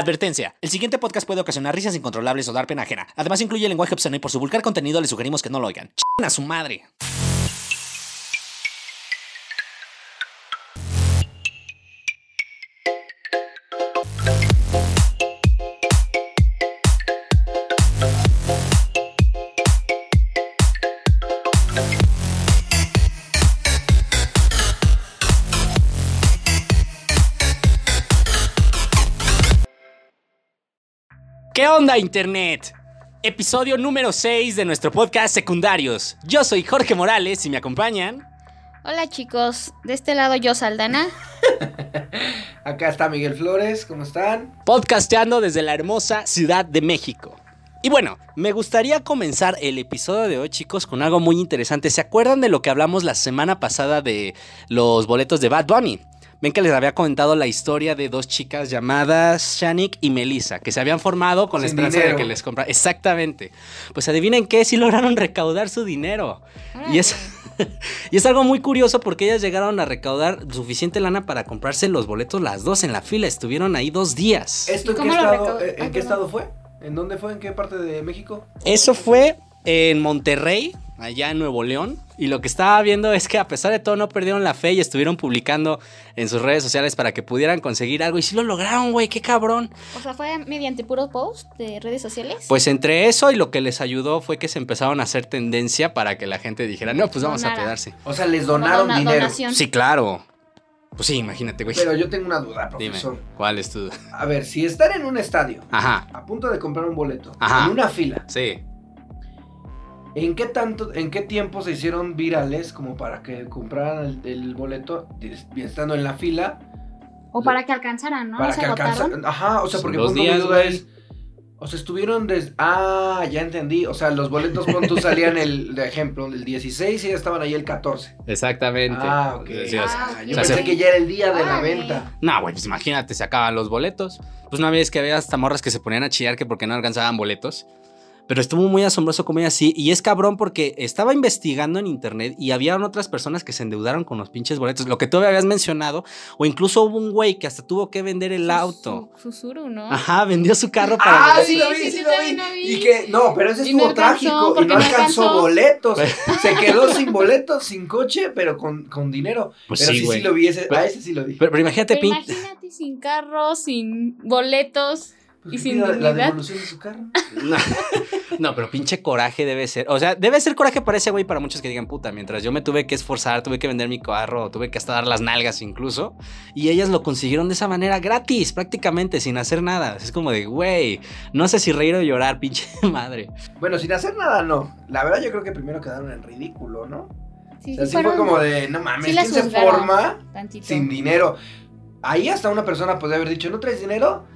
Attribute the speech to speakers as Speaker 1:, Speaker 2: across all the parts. Speaker 1: Advertencia. El siguiente podcast puede ocasionar risas incontrolables o dar pena ajena. Además incluye lenguaje obsceno y por su vulgar contenido le sugerimos que no lo oigan. Ch***en a su madre. ¿Qué onda Internet? Episodio número 6 de nuestro podcast Secundarios. Yo soy Jorge Morales y me acompañan.
Speaker 2: Hola chicos, de este lado yo Saldana.
Speaker 3: Acá está Miguel Flores, ¿cómo están?
Speaker 1: podcasteando desde la hermosa Ciudad de México. Y bueno, me gustaría comenzar el episodio de hoy, chicos, con algo muy interesante. ¿Se acuerdan de lo que hablamos la semana pasada de los boletos de Bad Bunny? Ven que les había comentado la historia de dos chicas llamadas Shanik y Melissa, que se habían formado con la
Speaker 3: Sin
Speaker 1: esperanza
Speaker 3: dinero.
Speaker 1: de que les compra. Exactamente. Pues adivinen qué, sí lograron recaudar su dinero. Y es, y es algo muy curioso porque ellas llegaron a recaudar suficiente lana para comprarse los boletos las dos en la fila. Estuvieron ahí dos días.
Speaker 3: ¿Esto en qué,
Speaker 2: cómo lo
Speaker 3: estado,
Speaker 2: recau-
Speaker 3: eh,
Speaker 2: Ah,
Speaker 3: en
Speaker 2: perdón.
Speaker 3: qué estado fue? ¿En dónde fue? ¿En qué parte de México?
Speaker 1: Eso fue en Monterrey, allá en Nuevo León. Y lo que estaba viendo es que a pesar de todo no perdieron la fe y estuvieron publicando en sus redes sociales para que pudieran conseguir algo. Y sí lo lograron, güey, qué cabrón.
Speaker 2: O sea, fue mediante puro post de redes sociales.
Speaker 1: Pues entre eso y lo que les ayudó fue que se empezaron a hacer tendencia para que la gente dijera, no, pues vamos
Speaker 2: Donara.
Speaker 1: a pedarse.
Speaker 3: O sea, les
Speaker 2: Como
Speaker 3: donaron
Speaker 2: dona-
Speaker 3: dinero.
Speaker 2: donación.
Speaker 1: Pues Sí, claro. Pues sí, imagínate, güey.
Speaker 3: Pero yo tengo una duda,
Speaker 1: Dime,
Speaker 3: profesor.
Speaker 1: ¿cuál es tu...?
Speaker 3: A ver, si están en un estadio,
Speaker 1: Ajá,
Speaker 3: a punto de comprar un boleto,
Speaker 1: Ajá.
Speaker 3: en una fila,
Speaker 1: sí.
Speaker 3: ¿en qué tanto, en qué tiempo se hicieron virales como para que compraran el, el boleto des- estando en la fila?
Speaker 2: O para que alcanzaran, ¿no?
Speaker 3: para
Speaker 2: ¿No Ah, se
Speaker 3: que
Speaker 2: agotaron?
Speaker 3: alcanzaran. Ajá, o sea,
Speaker 1: Son
Speaker 3: porque
Speaker 1: dos
Speaker 3: punto, mi
Speaker 1: días,
Speaker 3: duda
Speaker 1: güey.
Speaker 3: es. O sea, estuvieron desde. Ah, ya entendí. O sea, los boletos con tú salían el, de ejemplo, el 16 y ya estaban ahí el 14.
Speaker 1: Exactamente.
Speaker 3: Ah, ok.
Speaker 1: Sí, o sea,
Speaker 3: Ah, yo
Speaker 1: o sea,
Speaker 3: pensé
Speaker 1: se-
Speaker 3: que ya era el día de la
Speaker 2: Órale.
Speaker 3: venta.
Speaker 1: No, güey, pues imagínate, se acaban los boletos. Pues una vez que había hasta morras que se ponían a chillar que porque no alcanzaban boletos. Pero estuvo muy asombroso como ella así. Y es cabrón porque estaba investigando en internet y habían otras personas que se endeudaron con los pinches boletos. Lo que tú habías mencionado. O incluso hubo un güey que hasta tuvo que vender el auto.
Speaker 2: Su- Susuru, ¿no?
Speaker 1: Ajá, vendió su carro para...
Speaker 3: Ah,
Speaker 1: vender-
Speaker 3: sí, lo vi,
Speaker 2: Sí,
Speaker 3: sí,
Speaker 2: sí,
Speaker 3: lo
Speaker 2: también
Speaker 3: vi.
Speaker 2: lo vi.
Speaker 3: Y que, no, pero ese
Speaker 2: Y no
Speaker 3: estuvo
Speaker 2: alcanzó,
Speaker 3: trágico. Y
Speaker 2: porque
Speaker 3: no
Speaker 2: no
Speaker 3: alcanzó
Speaker 2: alcanzó.
Speaker 3: boletos. Se quedó sin boletos, sin coche, pero con, con dinero.
Speaker 1: Pues
Speaker 3: pero sí,
Speaker 1: sí,
Speaker 3: sí,
Speaker 1: güey.
Speaker 3: lo vi. Ese,
Speaker 1: Pero-
Speaker 3: a ese sí lo vi.
Speaker 1: pero, pero imagínate,
Speaker 2: Pero
Speaker 1: este pin...
Speaker 2: imagínate sin carro, sin boletos.
Speaker 3: Pues
Speaker 2: y
Speaker 3: que
Speaker 2: sin
Speaker 3: pida la
Speaker 2: dignidad.
Speaker 3: devolución de su carro.
Speaker 1: No, no, pero pinche coraje debe ser. O sea, debe ser coraje para ese güey, para muchos que digan, puta, mientras yo me tuve que esforzar, tuve que vender mi carro, tuve que hasta dar las nalgas incluso. Y ellas lo consiguieron de esa manera, gratis, prácticamente, sin hacer nada. Es como de, güey, no sé si reír o llorar, pinche madre.
Speaker 3: Bueno, sin hacer nada, no. La verdad, yo creo que primero quedaron en ridículo, ¿no?
Speaker 2: Sí,
Speaker 3: O sea,
Speaker 2: sí
Speaker 3: sí fue
Speaker 2: fueron
Speaker 3: como de, no mames,
Speaker 2: sí la
Speaker 3: ¿quién se
Speaker 2: juzgaron.
Speaker 3: forma
Speaker 2: tantito.
Speaker 3: sin dinero? Ahí hasta una persona podría haber dicho, ¿no traes dinero?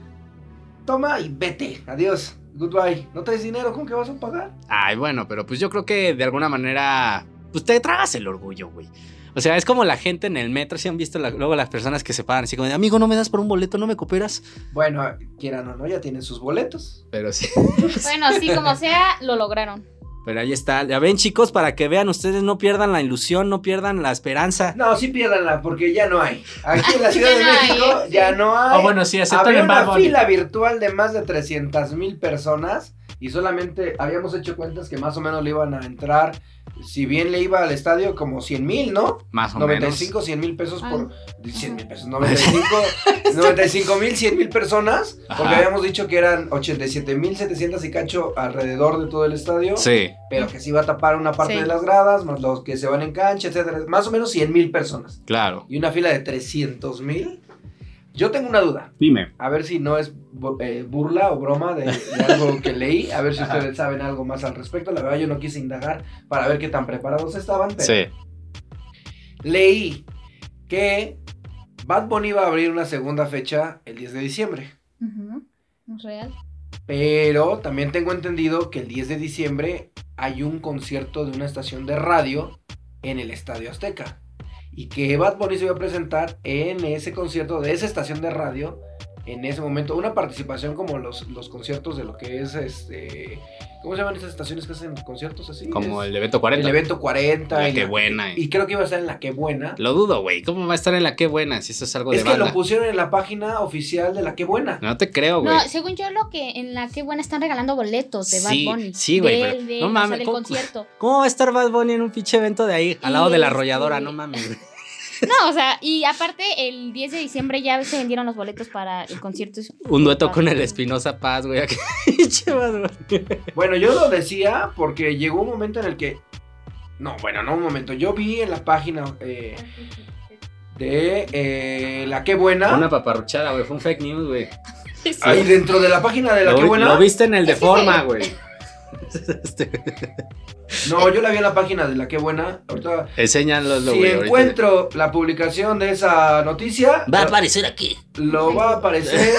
Speaker 3: Toma y vete, adiós, goodbye. ¿No traes dinero? ¿Cómo que vas a pagar?
Speaker 1: Ay, bueno, pero pues yo creo que de alguna manera, pues te tragas el orgullo, güey. O sea, es como la gente en el metro, si han visto la- luego las personas que se paran así como de, amigo, no me das por un boleto, no me cooperas.
Speaker 3: Bueno, quieran o no, ya tienen sus boletos.
Speaker 1: Pero sí.
Speaker 2: Bueno, sí, como sea, lo lograron.
Speaker 1: Pero ahí está. Ya ven, chicos, para que vean, ustedes no pierdan la ilusión, no pierdan la esperanza.
Speaker 3: No, sí piérdanla, porque ya no hay. Aquí en la Ciudad
Speaker 2: Ya
Speaker 3: de
Speaker 2: no hay,
Speaker 3: México
Speaker 2: ¿eh?
Speaker 3: ya no hay.
Speaker 1: Ah, bueno, sí, excepto
Speaker 3: Había
Speaker 1: en Bad
Speaker 3: una
Speaker 1: Bunny.
Speaker 3: fila virtual de más de 300 mil personas y solamente habíamos hecho cuentas que más o menos le iban a entrar, si bien le iba al estadio, como 100 mil, ¿no?
Speaker 1: Más o
Speaker 3: 95, 100 mil pesos
Speaker 2: Ah.
Speaker 3: por... 100 mil pesos, 95, 95 mil, 100 mil personas, porque
Speaker 1: Ajá.
Speaker 3: habíamos dicho que eran 87 mil 700 y cacho alrededor de todo el estadio,
Speaker 1: menos. Sí.
Speaker 3: pero que se iba a tapar una parte
Speaker 2: Sí.
Speaker 3: de las gradas, más los que se van en cancha, etcétera, más o menos 100 mil personas,
Speaker 1: Claro.
Speaker 3: y una fila de 300 mil. Yo tengo una duda,
Speaker 1: Dime.
Speaker 3: a ver si no es bu- eh, burla o broma de, de algo que leí, a ver si
Speaker 1: Ajá.
Speaker 3: ustedes saben algo más al respecto, la verdad yo no quise indagar para ver qué tan preparados estaban, pero
Speaker 1: Sí.
Speaker 3: leí que Bad Bunny va a abrir una segunda fecha el 10 de diciembre.
Speaker 2: Ujú, es Real.
Speaker 3: Pero también tengo entendido que el 10 de diciembre hay un concierto de una estación de radio en el Estadio Azteca. Y que Bad Bunny se va a presentar en ese concierto de esa estación de radio en ese momento. Una participación como los, los conciertos de lo que es este. ¿Cómo se llaman esas estaciones que hacen conciertos así?
Speaker 1: Como
Speaker 3: Es-
Speaker 1: el evento 40.
Speaker 3: el evento 40.
Speaker 1: La
Speaker 3: en
Speaker 1: Qué Buena, eh.
Speaker 3: Y creo que iba a estar en la que buena.
Speaker 1: Lo dudo, güey. ¿Cómo va a estar en la qué buena si eso es algo
Speaker 3: Es
Speaker 1: de
Speaker 3: que
Speaker 1: banda?
Speaker 3: lo pusieron en la página oficial de la que buena.
Speaker 1: No te creo, güey.
Speaker 2: No, según yo lo que en la que buena están regalando boletos de
Speaker 1: Sí,
Speaker 2: Bad Bunny.
Speaker 1: sí, güey,
Speaker 2: Del-
Speaker 1: pero
Speaker 2: del-
Speaker 1: no
Speaker 2: o sea,
Speaker 1: mames,
Speaker 2: del
Speaker 1: ¿cómo-
Speaker 2: concierto.
Speaker 1: ¿Cómo va a estar Bad Bunny en un pinche evento de ahí? Al lado
Speaker 2: Y
Speaker 1: de la
Speaker 2: este-
Speaker 1: arrolladora, no mames. güey.
Speaker 2: No, o sea, y aparte el 10 de diciembre ya se vendieron los boletos para el concierto.
Speaker 1: Un dueto con el Espinosa Paz, güey. acá. Pinche Bad Bunny.
Speaker 3: Bueno, yo lo decía porque llegó un momento en el que. No, bueno, no un momento. Yo vi en la página eh, de eh, la que buena.
Speaker 1: Una paparruchada, güey. Fue un fake news, güey.
Speaker 3: Ahí dentro de la página de la
Speaker 1: Lo,
Speaker 3: que
Speaker 1: vi-
Speaker 3: buena.
Speaker 1: lo viste en el de
Speaker 2: Es que
Speaker 1: forma,
Speaker 2: se-
Speaker 1: güey. Este,
Speaker 3: No, yo la vi en la página de la que buena. Ahorita,
Speaker 1: Enséñanoslo,
Speaker 3: si
Speaker 1: güey. ahorita.
Speaker 3: encuentro la publicación de esa noticia,
Speaker 1: Va a
Speaker 3: lo,
Speaker 1: aparecer aquí.
Speaker 3: lo va a aparecer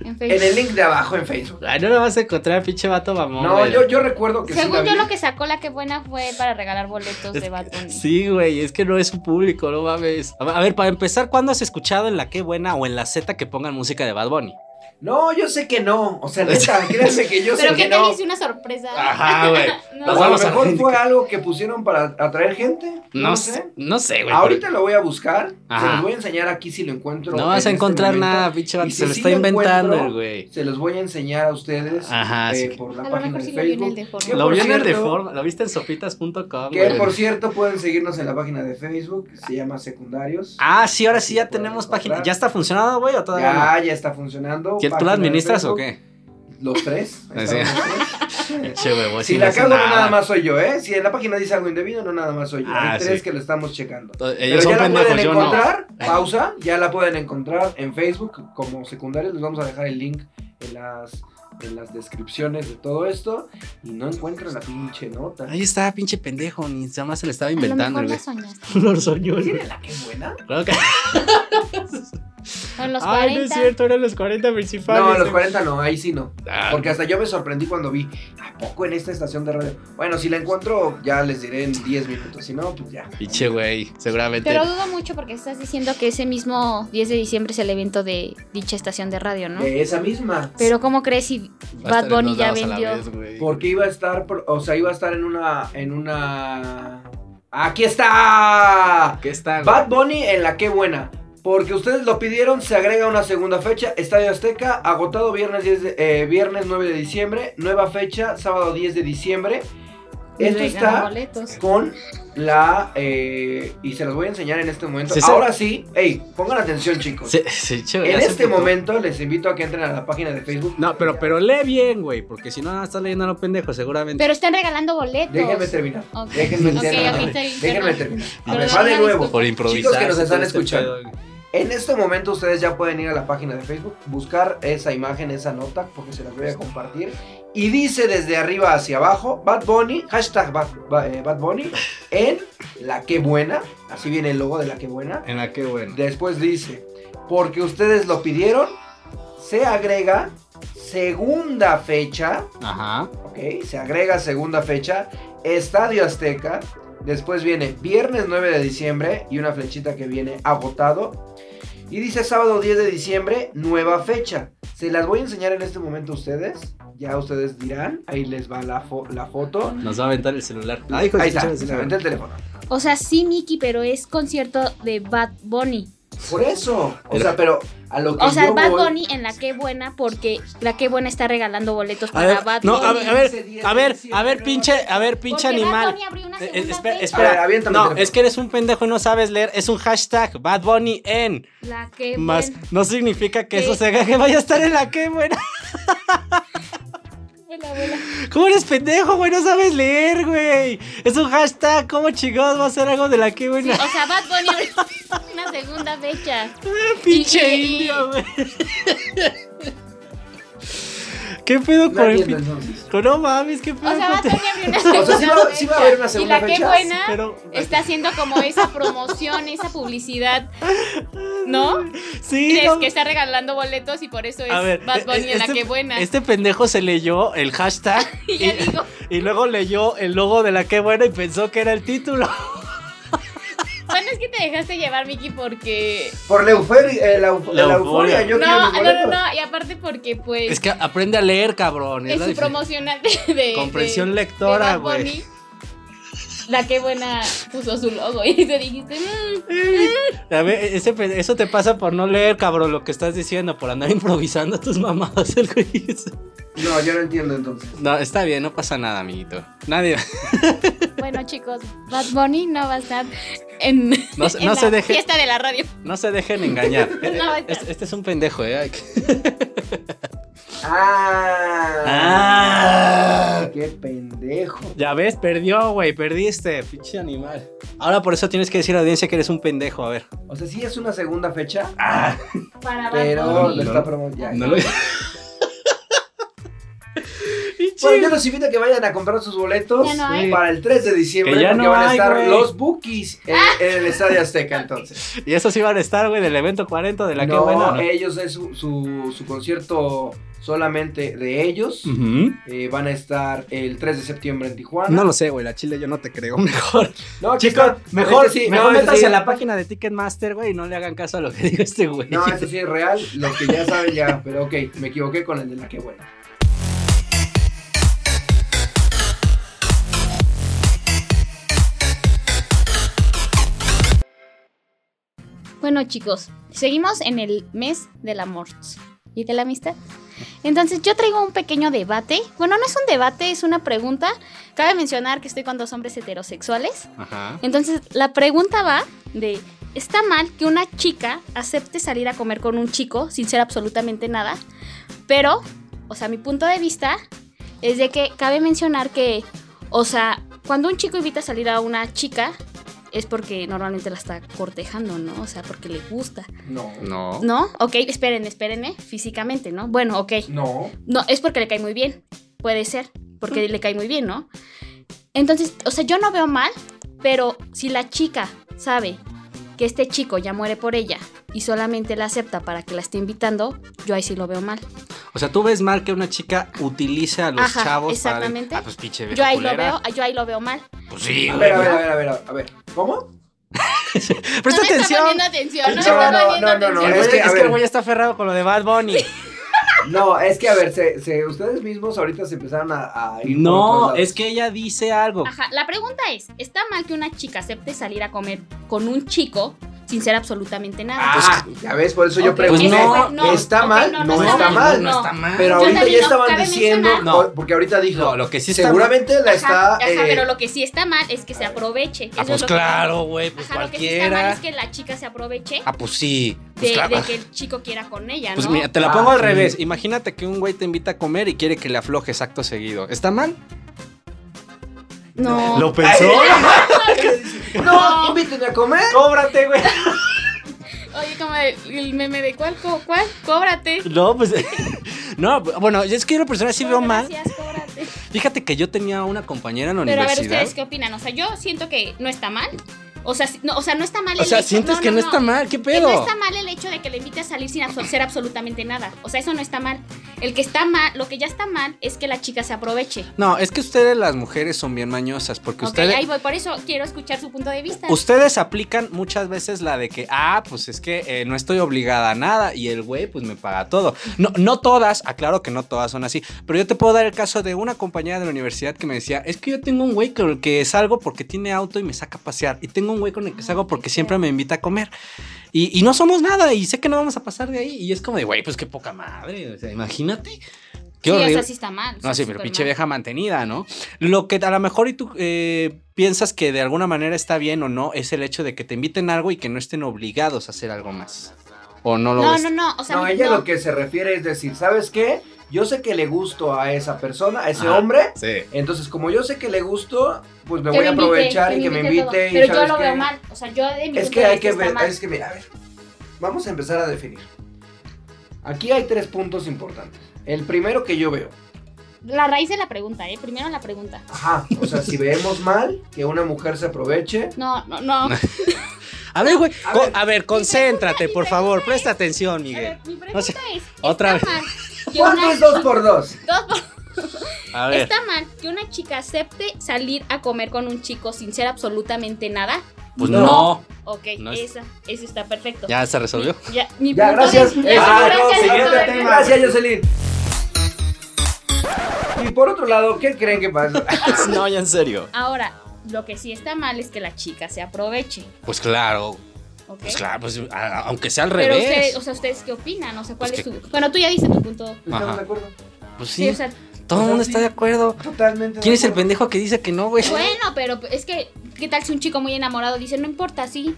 Speaker 2: En
Speaker 3: en
Speaker 2: Facebook.
Speaker 3: el link de abajo en Facebook.
Speaker 1: Ay, no lo vas a encontrar, pinche vato mamón.
Speaker 3: No,
Speaker 1: güey.
Speaker 3: yo, yo recuerdo que sí la
Speaker 2: Según yo
Speaker 3: vi.
Speaker 2: lo que sacó la que buena fue para regalar boletos
Speaker 1: Es
Speaker 2: de Bad Bunny.
Speaker 1: Sí, güey, es que no es su público, no mames. A ver, a ver, para empezar, ¿cuándo has escuchado en la qué buena o en la Z que pongan música de Bad Bunny?
Speaker 3: No, yo sé que no. O sea, neta, créanme que yo sé
Speaker 2: Pero qué
Speaker 3: que
Speaker 2: tal
Speaker 3: no.
Speaker 2: hice una sorpresa.
Speaker 1: Ajá, güey.
Speaker 2: No.
Speaker 3: O a lo
Speaker 1: Vamos a
Speaker 3: mejor
Speaker 1: ver.
Speaker 3: fue algo que pusieron para atraer gente.
Speaker 1: No, sé, no sé, güey.
Speaker 3: Ahorita lo voy a buscar. Se
Speaker 1: Ajá.
Speaker 3: los voy a enseñar aquí si lo encuentro.
Speaker 1: pero No vas
Speaker 3: en
Speaker 1: a
Speaker 3: este
Speaker 1: encontrar
Speaker 3: momento.
Speaker 1: nada, pinche vato.
Speaker 3: Y si
Speaker 1: Se lo
Speaker 3: sí
Speaker 1: está
Speaker 3: lo
Speaker 1: inventando el
Speaker 3: encuentro,
Speaker 1: güey.
Speaker 3: Se los voy a enseñar a ustedes
Speaker 1: Ajá,
Speaker 3: eh,
Speaker 1: sí.
Speaker 3: por
Speaker 2: A
Speaker 3: la
Speaker 2: lo
Speaker 3: página
Speaker 2: mejor
Speaker 3: de
Speaker 2: sí lo vi en el de
Speaker 3: Facebook. que
Speaker 1: que-
Speaker 2: forma.
Speaker 1: Lo
Speaker 3: por
Speaker 1: vi en el de
Speaker 3: cierto-
Speaker 1: forma, lo viste en sopitas.com,
Speaker 3: Que
Speaker 1: güey.
Speaker 3: por cierto pueden seguirnos en la página de Facebook, se llama Secundarios.
Speaker 1: Ah, sí, ahora sí
Speaker 3: Sí,
Speaker 1: ya
Speaker 3: lo pueden
Speaker 1: tenemos
Speaker 3: encontrar.
Speaker 1: página. ¿Ya está funcionando, güey, o todavía no?
Speaker 3: ya, ya está funcionando.
Speaker 1: ¿Quién- ¿Tú
Speaker 3: página
Speaker 1: la
Speaker 3: de
Speaker 1: administras o
Speaker 3: Facebook,
Speaker 1: qué?
Speaker 3: Los tres. ahí
Speaker 1: Sí.
Speaker 3: estamos los tres.
Speaker 1: Che, güey, vos
Speaker 3: Si
Speaker 1: sí
Speaker 3: la
Speaker 1: no sé
Speaker 3: cago, no
Speaker 1: nada.
Speaker 3: nada más soy yo, ¿eh? Si en la página dice algo indebido, no nada más soy yo.
Speaker 1: Ah,
Speaker 3: Hay tres
Speaker 1: sí.
Speaker 3: que lo estamos checando.
Speaker 1: Ellos
Speaker 3: Pero
Speaker 1: son
Speaker 3: ya la
Speaker 1: pendejos,
Speaker 3: pueden
Speaker 1: yo no.
Speaker 3: encontrar, pausa, ya la pueden encontrar en Facebook como secundarios. Les vamos a dejar el link en las, en las descripciones de todo esto. Y no encuentran la pinche nota.
Speaker 1: Ahí está, pinche pendejo, ni nada más se le estaba
Speaker 2: A lo
Speaker 1: inventando,
Speaker 2: mejor
Speaker 1: güey.
Speaker 2: la soñaste.
Speaker 1: Lo soñó,
Speaker 3: ¿Sí
Speaker 1: güey.
Speaker 3: era la que buena?
Speaker 1: Creo que-
Speaker 2: O en los
Speaker 1: Ay, no es
Speaker 2: 40.
Speaker 1: cierto, eran los 40 principales.
Speaker 3: No, los 40 no, ahí sí no.
Speaker 1: Ah,
Speaker 3: Porque hasta yo me sorprendí cuando vi, ¿a poco en esta estación de radio? Bueno, si la encuentro, ya les diré en 10 minutos. Si no, pues ya.
Speaker 1: Pinche güey, seguramente.
Speaker 2: Pero dudo mucho porque estás diciendo que ese mismo 10 de diciembre es el evento de dicha estación de radio, ¿no?
Speaker 3: De esa misma.
Speaker 2: Pero ¿cómo crees si
Speaker 1: Va a estar
Speaker 2: Bad
Speaker 1: en
Speaker 2: Bunny
Speaker 1: dos
Speaker 2: ya
Speaker 1: lados a la
Speaker 2: vendió?
Speaker 1: vez, güey.
Speaker 3: Porque iba a estar, por- o sea, iba a estar en una, en una... ¡Aquí está!
Speaker 1: ¿Qué está, güey?
Speaker 3: Bad Bunny en la que buena. Porque ustedes lo pidieron, se agrega una segunda fecha. Estadio Azteca, agotado viernes, 10 de- eh, viernes 9 de diciembre. Nueva fecha, sábado 10 de diciembre. Esto
Speaker 2: regalan
Speaker 3: está
Speaker 2: boletos?
Speaker 3: con la... eh, y se los voy a enseñar en este momento.
Speaker 1: Sí, sí.
Speaker 3: Ahora sí, hey, pongan atención chicos.
Speaker 1: Sí, sí, che, güey,
Speaker 3: En
Speaker 1: hace
Speaker 3: este
Speaker 1: poco-
Speaker 3: momento les invito a que entren a la página de Facebook.
Speaker 1: No, pero, pero lee bien, güey, porque si no, nada, estás leyendo a lo pendejo, seguramente.
Speaker 2: Pero están regalando boletos.
Speaker 3: Déjenme terminar.
Speaker 2: Ok.
Speaker 3: Déjenme
Speaker 2: Ok,
Speaker 3: terminar.
Speaker 2: ok, está bien,
Speaker 3: Déjenme
Speaker 2: perdón.
Speaker 3: terminar. A
Speaker 1: Perdón,
Speaker 3: ver, va de
Speaker 2: una
Speaker 3: nuevo.
Speaker 2: disculpa.
Speaker 1: Por improvisar.
Speaker 3: Chicos que nos
Speaker 1: todo
Speaker 3: están
Speaker 1: este
Speaker 3: escuchando.
Speaker 1: pedo, güey.
Speaker 3: En este momento ustedes ya pueden ir a la página de Facebook, buscar esa imagen, esa nota, porque se las voy a compartir. Y dice desde arriba hacia abajo, Bad Bunny, hashtag Bad, Ba- eh, Bad Bunny, en La Que Buena. Así viene el logo de La Que Buena.
Speaker 1: En la que bueno.
Speaker 3: Después dice, porque ustedes lo pidieron, se agrega segunda fecha.
Speaker 1: Ajá.
Speaker 3: Ok, se agrega segunda fecha, Estadio Azteca. Después viene viernes 9 de diciembre y una flechita que viene agotado. Y dice sábado 10 de diciembre, nueva fecha. Se las voy a enseñar en este momento a ustedes. Ya ustedes dirán, ahí les va la, fo- la foto.
Speaker 1: Nos va a aventar el celular.
Speaker 3: ahí está, se aventé el teléfono.
Speaker 2: O sea, sí, Mickey, pero es concierto de Bad Bunny.
Speaker 3: Por eso, o sea, pero a lo que
Speaker 2: O sea,
Speaker 3: yo
Speaker 2: Bad
Speaker 3: voy-
Speaker 2: Bunny en la que buena, porque la que buena está regalando boletos
Speaker 1: A
Speaker 2: para
Speaker 1: ver,
Speaker 2: Bad
Speaker 1: no,
Speaker 2: Bunny.
Speaker 1: a ver, a
Speaker 3: Dice
Speaker 1: ver,
Speaker 3: 10,
Speaker 1: a ver, a
Speaker 3: 17,
Speaker 1: ver, pinche, a ver, pinche
Speaker 2: Porque Bad
Speaker 1: animal.
Speaker 2: Bunny abrió una
Speaker 1: Eh, eh,
Speaker 2: segunda
Speaker 1: espera,
Speaker 2: fecha.
Speaker 3: A ver,
Speaker 1: espera.
Speaker 3: aviéntame el
Speaker 1: No,
Speaker 3: teléfono.
Speaker 1: es que eres un pendejo y no sabes leer. Es un hashtag Bad Bunny en.
Speaker 2: La que
Speaker 1: Más
Speaker 2: buena.
Speaker 1: no significa que
Speaker 2: Sí.
Speaker 1: eso sea que vaya a estar en la que buena.
Speaker 2: Vuela, vuela.
Speaker 1: ¿Cómo eres pendejo, güey? No sabes leer, güey. Es un hashtag. ¿Cómo chingados va a ser algo de la que
Speaker 2: Sí,
Speaker 1: buena?
Speaker 2: o sea, Bad Bunny abrió una segunda fecha.
Speaker 1: Pinche
Speaker 2: y- y-
Speaker 1: indio, güey. ¿Qué pedo
Speaker 3: No
Speaker 1: con el
Speaker 3: entiendo,
Speaker 1: pinche?
Speaker 3: entonces.
Speaker 1: No mames, qué pedo
Speaker 2: O sea, Bad
Speaker 1: con
Speaker 2: Bunny abrió una segunda
Speaker 3: O sea, sí va-
Speaker 2: fecha.
Speaker 3: sí va a haber una segunda
Speaker 2: y la que
Speaker 3: fecha,
Speaker 2: buena
Speaker 1: Pero.
Speaker 2: está haciendo como esa promoción, esa publicidad. ¿No?
Speaker 1: eh, Sí,
Speaker 2: Crees
Speaker 1: no-
Speaker 2: que está regalando boletos y por eso es
Speaker 1: A ver,
Speaker 2: Bad Bunny
Speaker 1: e-
Speaker 2: en la
Speaker 1: este-
Speaker 2: que buena.
Speaker 1: Este e- pendejo se leyó el hashtag
Speaker 2: y ya digo,
Speaker 1: y luego leyó el logo de la que buena y pensó que era el título.
Speaker 2: bueno, es
Speaker 4: que te dejaste llevar, Miki, porque.
Speaker 3: Por la euforia, eh, la, eufo-
Speaker 1: La
Speaker 3: la
Speaker 1: euforia.
Speaker 3: euforia, yo quiero
Speaker 4: no,
Speaker 3: mis
Speaker 4: no, no,
Speaker 3: boletos.
Speaker 4: no, Y aparte porque, pues.
Speaker 1: Es que aprende a leer, cabrón. es
Speaker 4: en
Speaker 1: la
Speaker 4: su
Speaker 1: difer-
Speaker 4: promocional de. de-
Speaker 1: Comprensión
Speaker 4: de-
Speaker 1: lectora,
Speaker 4: de Bad
Speaker 1: güey.
Speaker 4: Bunny, La que buena puso su logo y te dijiste, mmm,
Speaker 1: A ver, ese pe- eso te pasa por no leer, cabrón, lo que estás diciendo, por andar improvisando tus mamadas. el güey ese.
Speaker 3: No, yo no entiendo entonces.
Speaker 1: No, está bien, no pasa nada, amiguito. Nadie,
Speaker 2: Bueno, chicos, Bad Bunny no va a estar en,
Speaker 1: no, se-
Speaker 2: en
Speaker 1: no
Speaker 2: la
Speaker 1: se deje,
Speaker 2: fiesta de la radio.
Speaker 1: no se dejen engañar. Eh,
Speaker 4: No,
Speaker 1: eh, es- este es un pendejo, eh. hay que-
Speaker 3: Ah, qué pendejo.
Speaker 1: Ya ves, perdió, güey, perdiste, pinche animal. Ahora por eso tienes que decir a la audiencia que eres un pendejo, a ver.
Speaker 3: O sea, sí es una segunda fecha,
Speaker 4: Ah, para Bad
Speaker 3: pero
Speaker 4: Bunny.
Speaker 3: lo está promocionando.
Speaker 1: No lo-
Speaker 3: Bueno, yo los invito a que vayan a comprar sus boletos
Speaker 4: Ya no hay.
Speaker 3: para el 3 de diciembre,
Speaker 1: Que ya
Speaker 3: porque
Speaker 1: no
Speaker 3: van a
Speaker 1: hay,
Speaker 3: estar
Speaker 1: güey.
Speaker 3: los Bookies en,
Speaker 4: Ah.
Speaker 3: en el Estadio Azteca, entonces.
Speaker 1: Y esos iban a estar, güey, del evento 40 de la que
Speaker 3: no,
Speaker 1: buena, ¿no?
Speaker 3: ellos es su, su- su concierto solamente de ellos.
Speaker 1: Ujú.
Speaker 3: Eh, van a estar el 3 de septiembre en Tijuana.
Speaker 1: No lo sé, güey, la chile yo no te creo. Mejor,
Speaker 3: No, aquí
Speaker 1: chicos,
Speaker 3: está.
Speaker 1: mejor,
Speaker 3: Este sí,
Speaker 1: mejor
Speaker 3: no, este
Speaker 1: métanse
Speaker 3: sí.
Speaker 1: a la página de Ticketmaster, güey, y no le hagan caso a lo que diga este güey.
Speaker 3: No, eso sí es real, lo que ya saben ya, pero ok, me equivoqué con el de la que buena.
Speaker 2: Bueno, chicos, seguimos en el mes del amor y de la amistad. Entonces, yo traigo un pequeño debate. Bueno, no es un debate, es una pregunta. Cabe mencionar que estoy con dos hombres heterosexuales.
Speaker 1: Ajá.
Speaker 2: Entonces, la pregunta va de, ¿está mal que una chica acepte salir a comer con un chico sin ser absolutamente nada? Pero, o sea, mi punto de vista es de que cabe mencionar que, o sea, cuando un chico invita a salir a una chica, es porque normalmente la está cortejando, ¿no? O sea, porque le gusta.
Speaker 3: No.
Speaker 1: No.
Speaker 2: ¿No? Ok, esperen, espérenme, físicamente, ¿no? Bueno, ok.
Speaker 3: No.
Speaker 2: No, es porque le cae muy bien. Puede ser, porque le cae muy bien, ¿no? Entonces, o sea, yo no veo mal, pero si la chica sabe que este chico ya muere por ella y solamente la acepta para que la esté invitando, yo ahí sí lo veo mal.
Speaker 1: O sea, tú ves mal que una chica utiliza a los
Speaker 2: Ajá,
Speaker 1: chavos
Speaker 2: exactamente.
Speaker 1: para. Ah, pues pinche vieja
Speaker 2: Yo ahí lo
Speaker 1: culera.
Speaker 2: veo, yo ahí lo veo mal.
Speaker 1: Pues sí,
Speaker 3: A
Speaker 1: güey.
Speaker 3: ver, a ver, a ver, a ver, a ver. ¿Cómo?
Speaker 4: No
Speaker 1: Presta
Speaker 4: me está
Speaker 1: atención.
Speaker 4: poniendo atención, no me
Speaker 3: No,
Speaker 4: está
Speaker 3: no,
Speaker 4: poniendo
Speaker 3: no, no, no,
Speaker 1: El
Speaker 4: atención.
Speaker 1: güey-
Speaker 3: es que, a
Speaker 1: es que
Speaker 3: ver.
Speaker 1: el güey está aferrado con lo de Bad Bunny.
Speaker 3: No, es que a ver, se, se- ustedes mismos ahorita se empezaron a, a ir por otros
Speaker 1: No,
Speaker 3: lados.
Speaker 1: es que ella dice algo.
Speaker 2: Ajá, la pregunta es, ¿está mal que una chica acepte salir a comer con un chico sin ser absolutamente nada?
Speaker 3: Ah, ya ves, por eso yo
Speaker 4: Ok,
Speaker 3: pregunté.
Speaker 1: pues no,
Speaker 4: no,
Speaker 3: ¿Está
Speaker 4: ok,
Speaker 3: mal?
Speaker 4: no,
Speaker 3: No,
Speaker 4: no
Speaker 3: está mal.
Speaker 4: no.
Speaker 3: Pero
Speaker 4: Yo
Speaker 3: ahorita ya
Speaker 4: también no,
Speaker 3: estaban
Speaker 4: cabe
Speaker 3: diciendo,
Speaker 4: mencionar-
Speaker 1: No.
Speaker 3: o- porque ahorita dijo,
Speaker 1: No, lo que sí está
Speaker 3: seguramente la está...
Speaker 2: Ajá, ajá,
Speaker 3: eh,
Speaker 2: pero lo que sí está mal es que se aproveche.
Speaker 1: Ah,
Speaker 2: Eso
Speaker 1: pues
Speaker 2: es lo que-
Speaker 1: claro, güey, pues
Speaker 2: Ajá, lo que sí está mal
Speaker 1: cualquiera.
Speaker 2: es que la chica se aproveche
Speaker 1: Ah, pues sí.
Speaker 2: de,
Speaker 1: Pues claro.
Speaker 2: de que el chico quiera con ella,
Speaker 1: Pues
Speaker 2: ¿no?
Speaker 1: mira, te la
Speaker 3: Ah,
Speaker 1: pongo al
Speaker 3: sí.
Speaker 1: revés. Imagínate que un güey te invita a comer y quiere que le aflojes acto seguido. ¿Está mal?
Speaker 2: no.
Speaker 1: pensó?
Speaker 3: no, invítenme a comer.
Speaker 1: ¡Cóbrate, güey!
Speaker 4: Oye, como el, el meme de cuál, co- cuál, cóbrate.
Speaker 1: No, pues. No, bueno, es que yo en lo personal sí veo mal.
Speaker 2: Gracias, cóbrate.
Speaker 1: Fíjate que yo tenía una compañera en la
Speaker 2: Pero a ver,
Speaker 1: universidad.
Speaker 2: ¿ustedes qué opinan? O sea, yo siento que no está mal. O sea, si- no, o sea, no está mal
Speaker 1: o
Speaker 2: el
Speaker 1: sea,
Speaker 2: hecho-
Speaker 1: sientes que no, está mal, ¿qué
Speaker 2: Que
Speaker 1: pedo?
Speaker 2: no está mal el hecho de que le invite a salir sin hacer absolutamente nada. O sea, eso no está mal. El que está mal, lo que ya está mal es que la chica se aproveche.
Speaker 1: No, es que ustedes las mujeres son bien mañosas, porque
Speaker 2: Ok,
Speaker 1: ustedes,
Speaker 2: ahí voy. Por eso quiero escuchar su punto de vista.
Speaker 1: ustedes aplican muchas veces la de que, ah, pues es que eh, no estoy obligada a nada y el güey pues me paga todo. No, no todas, aclaro que no todas son así, pero yo te puedo dar el caso de una compañera de la universidad que me decía, es que yo tengo un güey con el que salgo porque tiene auto y me saca a pasear, y tengo un güey con el que salgo
Speaker 2: Ah,
Speaker 1: porque siempre me invita a comer. Y, y no somos nada y sé que no vamos a pasar de ahí y es como de, güey, pues qué poca madre, o sea, imagínate.
Speaker 2: sí,
Speaker 1: Qué horrible.
Speaker 2: o sea, sí está mal.
Speaker 1: No, sí,
Speaker 2: está
Speaker 1: pero
Speaker 2: súper
Speaker 1: pinche
Speaker 2: mal.
Speaker 1: vieja mantenida, ¿no? Lo que a lo mejor y tú eh, piensas que de alguna manera está bien o no es el hecho de que te inviten a algo y que no estén obligados a hacer algo más. O no lo
Speaker 2: No,
Speaker 1: ves.
Speaker 2: no, no. O sea,
Speaker 3: no,
Speaker 2: mi-
Speaker 3: ella
Speaker 2: no.
Speaker 3: lo que se refiere es decir, ¿sabes qué? Yo sé que le gusto a esa persona, a ese
Speaker 1: Ajá.
Speaker 3: hombre.
Speaker 1: Sí.
Speaker 3: Entonces, como yo sé que le gusto, pues me
Speaker 2: Que
Speaker 3: voy a
Speaker 2: me invite,
Speaker 3: aprovechar y que me
Speaker 2: todo.
Speaker 3: invite. y
Speaker 2: Pero yo
Speaker 3: ¿sabes
Speaker 2: lo
Speaker 3: qué?
Speaker 2: veo mal. O sea, yo de mi
Speaker 3: Es
Speaker 2: punto
Speaker 3: que
Speaker 2: de
Speaker 3: hay
Speaker 2: vista
Speaker 3: que
Speaker 2: está
Speaker 3: ver,
Speaker 2: mal.
Speaker 3: es que mira, a ver. Vamos a empezar a definir. Aquí hay tres puntos importantes. El primero que yo veo.
Speaker 2: La raíz de la pregunta, ¿eh? Primero la pregunta.
Speaker 3: Ajá. O sea, si vemos mal que una mujer se aproveche.
Speaker 2: No, no, no.
Speaker 1: A ver, güey,
Speaker 3: A
Speaker 1: co-
Speaker 3: ver.
Speaker 1: a ver, concéntrate, por favor, presta atención,
Speaker 2: A ver,
Speaker 1: Miguel.
Speaker 2: mi pregunta
Speaker 1: No sé,
Speaker 2: es,
Speaker 1: otra
Speaker 2: ¿está
Speaker 1: vez.
Speaker 2: mal que
Speaker 3: ¿Cuánto
Speaker 2: una-
Speaker 3: es dos por dos?
Speaker 2: dos por-
Speaker 1: A ver.
Speaker 2: ¿Está mal que una chica acepte salir a comer con un chico sin ser absolutamente nada?
Speaker 1: Pues
Speaker 3: No.
Speaker 1: no.
Speaker 2: Ok,
Speaker 1: No es-
Speaker 2: esa, eso está perfecto.
Speaker 1: Ya se resolvió.
Speaker 2: Ya, mi
Speaker 3: Ya,
Speaker 2: punto
Speaker 3: gracias.
Speaker 2: de-
Speaker 3: Ah,
Speaker 2: ya,
Speaker 3: no,
Speaker 2: gracias,
Speaker 3: siguiente
Speaker 2: doctor.
Speaker 3: tema. Gracias, Jocelyn. Y por otro lado, ¿qué creen que pasa?
Speaker 1: Pues no, ya en serio.
Speaker 2: Ahora, lo que sí está mal es que la chica se aproveche.
Speaker 1: Pues claro,
Speaker 2: ¿ok?
Speaker 1: pues claro, pues a- a- aunque sea al
Speaker 2: ¿Eh? Pero
Speaker 1: revés.
Speaker 2: ustedes, o sea, ¿ustedes qué opinan? O sea, ¿cuál
Speaker 1: Pues
Speaker 2: es
Speaker 1: que-
Speaker 2: tu...? Bueno, tú ya diste tu punto.
Speaker 3: ¿Estamos
Speaker 1: Ajá.
Speaker 3: de acuerdo?
Speaker 1: pues
Speaker 2: Sí,
Speaker 1: sí,
Speaker 2: o sea,
Speaker 1: todo
Speaker 3: o
Speaker 1: el
Speaker 3: sea,
Speaker 1: mundo
Speaker 3: sí.
Speaker 1: está de acuerdo.
Speaker 3: Totalmente. de
Speaker 1: ¿Quién es el
Speaker 3: acuerdo.
Speaker 1: pendejo que dice que no, güey?
Speaker 2: bueno, pero es que, ¿qué tal si un chico muy enamorado dice, no importa, sí?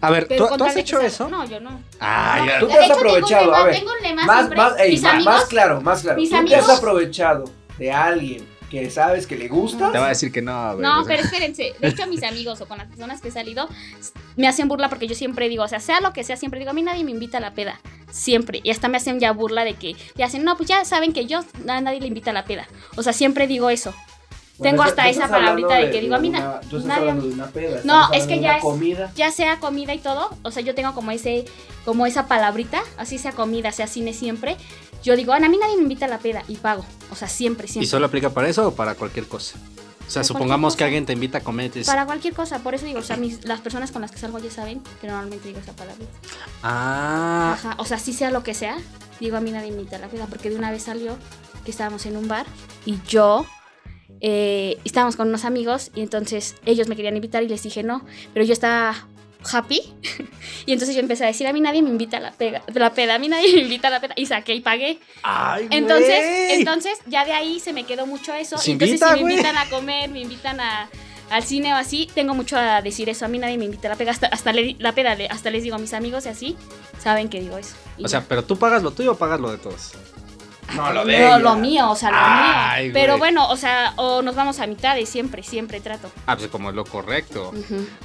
Speaker 1: A ver, ¿tú,
Speaker 2: Pero con
Speaker 1: tú
Speaker 2: tal
Speaker 1: has
Speaker 2: de que
Speaker 1: hecho
Speaker 2: sea-
Speaker 1: eso?
Speaker 2: No, yo no.
Speaker 1: Ah,
Speaker 2: No,
Speaker 1: ya.
Speaker 3: Tú
Speaker 2: de
Speaker 3: te has
Speaker 2: hecho,
Speaker 3: aprovechado,
Speaker 2: tengo un
Speaker 3: a
Speaker 2: lema,
Speaker 3: ver.
Speaker 2: Tengo un lema
Speaker 3: Más,
Speaker 2: siempre,
Speaker 3: más, ey,
Speaker 2: mis
Speaker 3: más,
Speaker 2: amigos,
Speaker 3: más claro, más claro.
Speaker 2: mis
Speaker 3: ¿Tú te
Speaker 2: amigos-
Speaker 3: has aprovechado de alguien que sabes que le gusta?
Speaker 1: Te va a decir que no, güey.
Speaker 2: No, pero espérense. De hecho, mis amigos o con las personas que he salido s- me hacen burla porque yo siempre digo, o sea, sea lo que sea, siempre digo, a mí nadie me invita a la peda. Siempre. Y hasta me hacen ya burla de que le hacen, no, pues ya saben que yo a nadie le invita a la peda. O sea, siempre digo eso. tengo hasta esa palabrita
Speaker 3: palabrita
Speaker 2: de que digo, a mí na-
Speaker 3: Tú estás
Speaker 2: nadie-
Speaker 3: hablando de una peda.
Speaker 2: No,
Speaker 3: estamos
Speaker 2: es que
Speaker 3: hablando de
Speaker 2: ya
Speaker 3: una
Speaker 2: es-
Speaker 3: comida.
Speaker 2: Ya sea comida y todo, o sea, yo tengo como ese, como esa palabrita, así sea comida, sea cine siempre. Yo digo, "Ana, a mí nadie me invita a la peda y pago. O sea, siempre,
Speaker 1: ¿Y
Speaker 2: siempre.
Speaker 1: solo aplica para eso o para cualquier cosa? O sea,
Speaker 2: Para
Speaker 1: supongamos que
Speaker 2: cualquier cosa.
Speaker 1: alguien te invita a comer y te dice,
Speaker 2: Para cualquier cosa, por eso digo, o sea, mis- las personas con las que salgo ya saben que normalmente digo esa palabrita.
Speaker 1: ah,
Speaker 2: Ajá, o sea, sí sea lo que sea, digo a mí nadie me invita a la peda, porque de una vez salió que estábamos en un bar y yo eh, estábamos con unos amigos y entonces ellos me querían invitar y les dije no, pero yo estaba happy y entonces yo empecé a decir a mí nadie me invita a la, pega- la peda, a mí nadie me invita a la peda y saqué y pagué.
Speaker 1: ay, güey.
Speaker 2: Entonces, entonces ya de ahí se me quedó mucho eso.
Speaker 1: Se
Speaker 2: entonces
Speaker 1: invita,
Speaker 2: si me
Speaker 1: güey.
Speaker 2: invitan a comer, me invitan a- al cine o así, tengo mucho a decir eso. A mí nadie me invita a la peda, hasta, hasta le- la peda, le- hasta les digo a mis amigos y así, saben que digo eso. Y
Speaker 1: O
Speaker 2: ya.
Speaker 1: sea, pero tú pagas lo tuyo o pagas lo de todos.
Speaker 3: No, lo de
Speaker 2: No,
Speaker 3: ella.
Speaker 2: lo mío, o sea, lo
Speaker 1: Ay,
Speaker 2: mío.
Speaker 1: güey.
Speaker 2: Pero bueno, o sea, o nos vamos a mitades, siempre, siempre trato.
Speaker 1: Ah, pues como es lo correcto.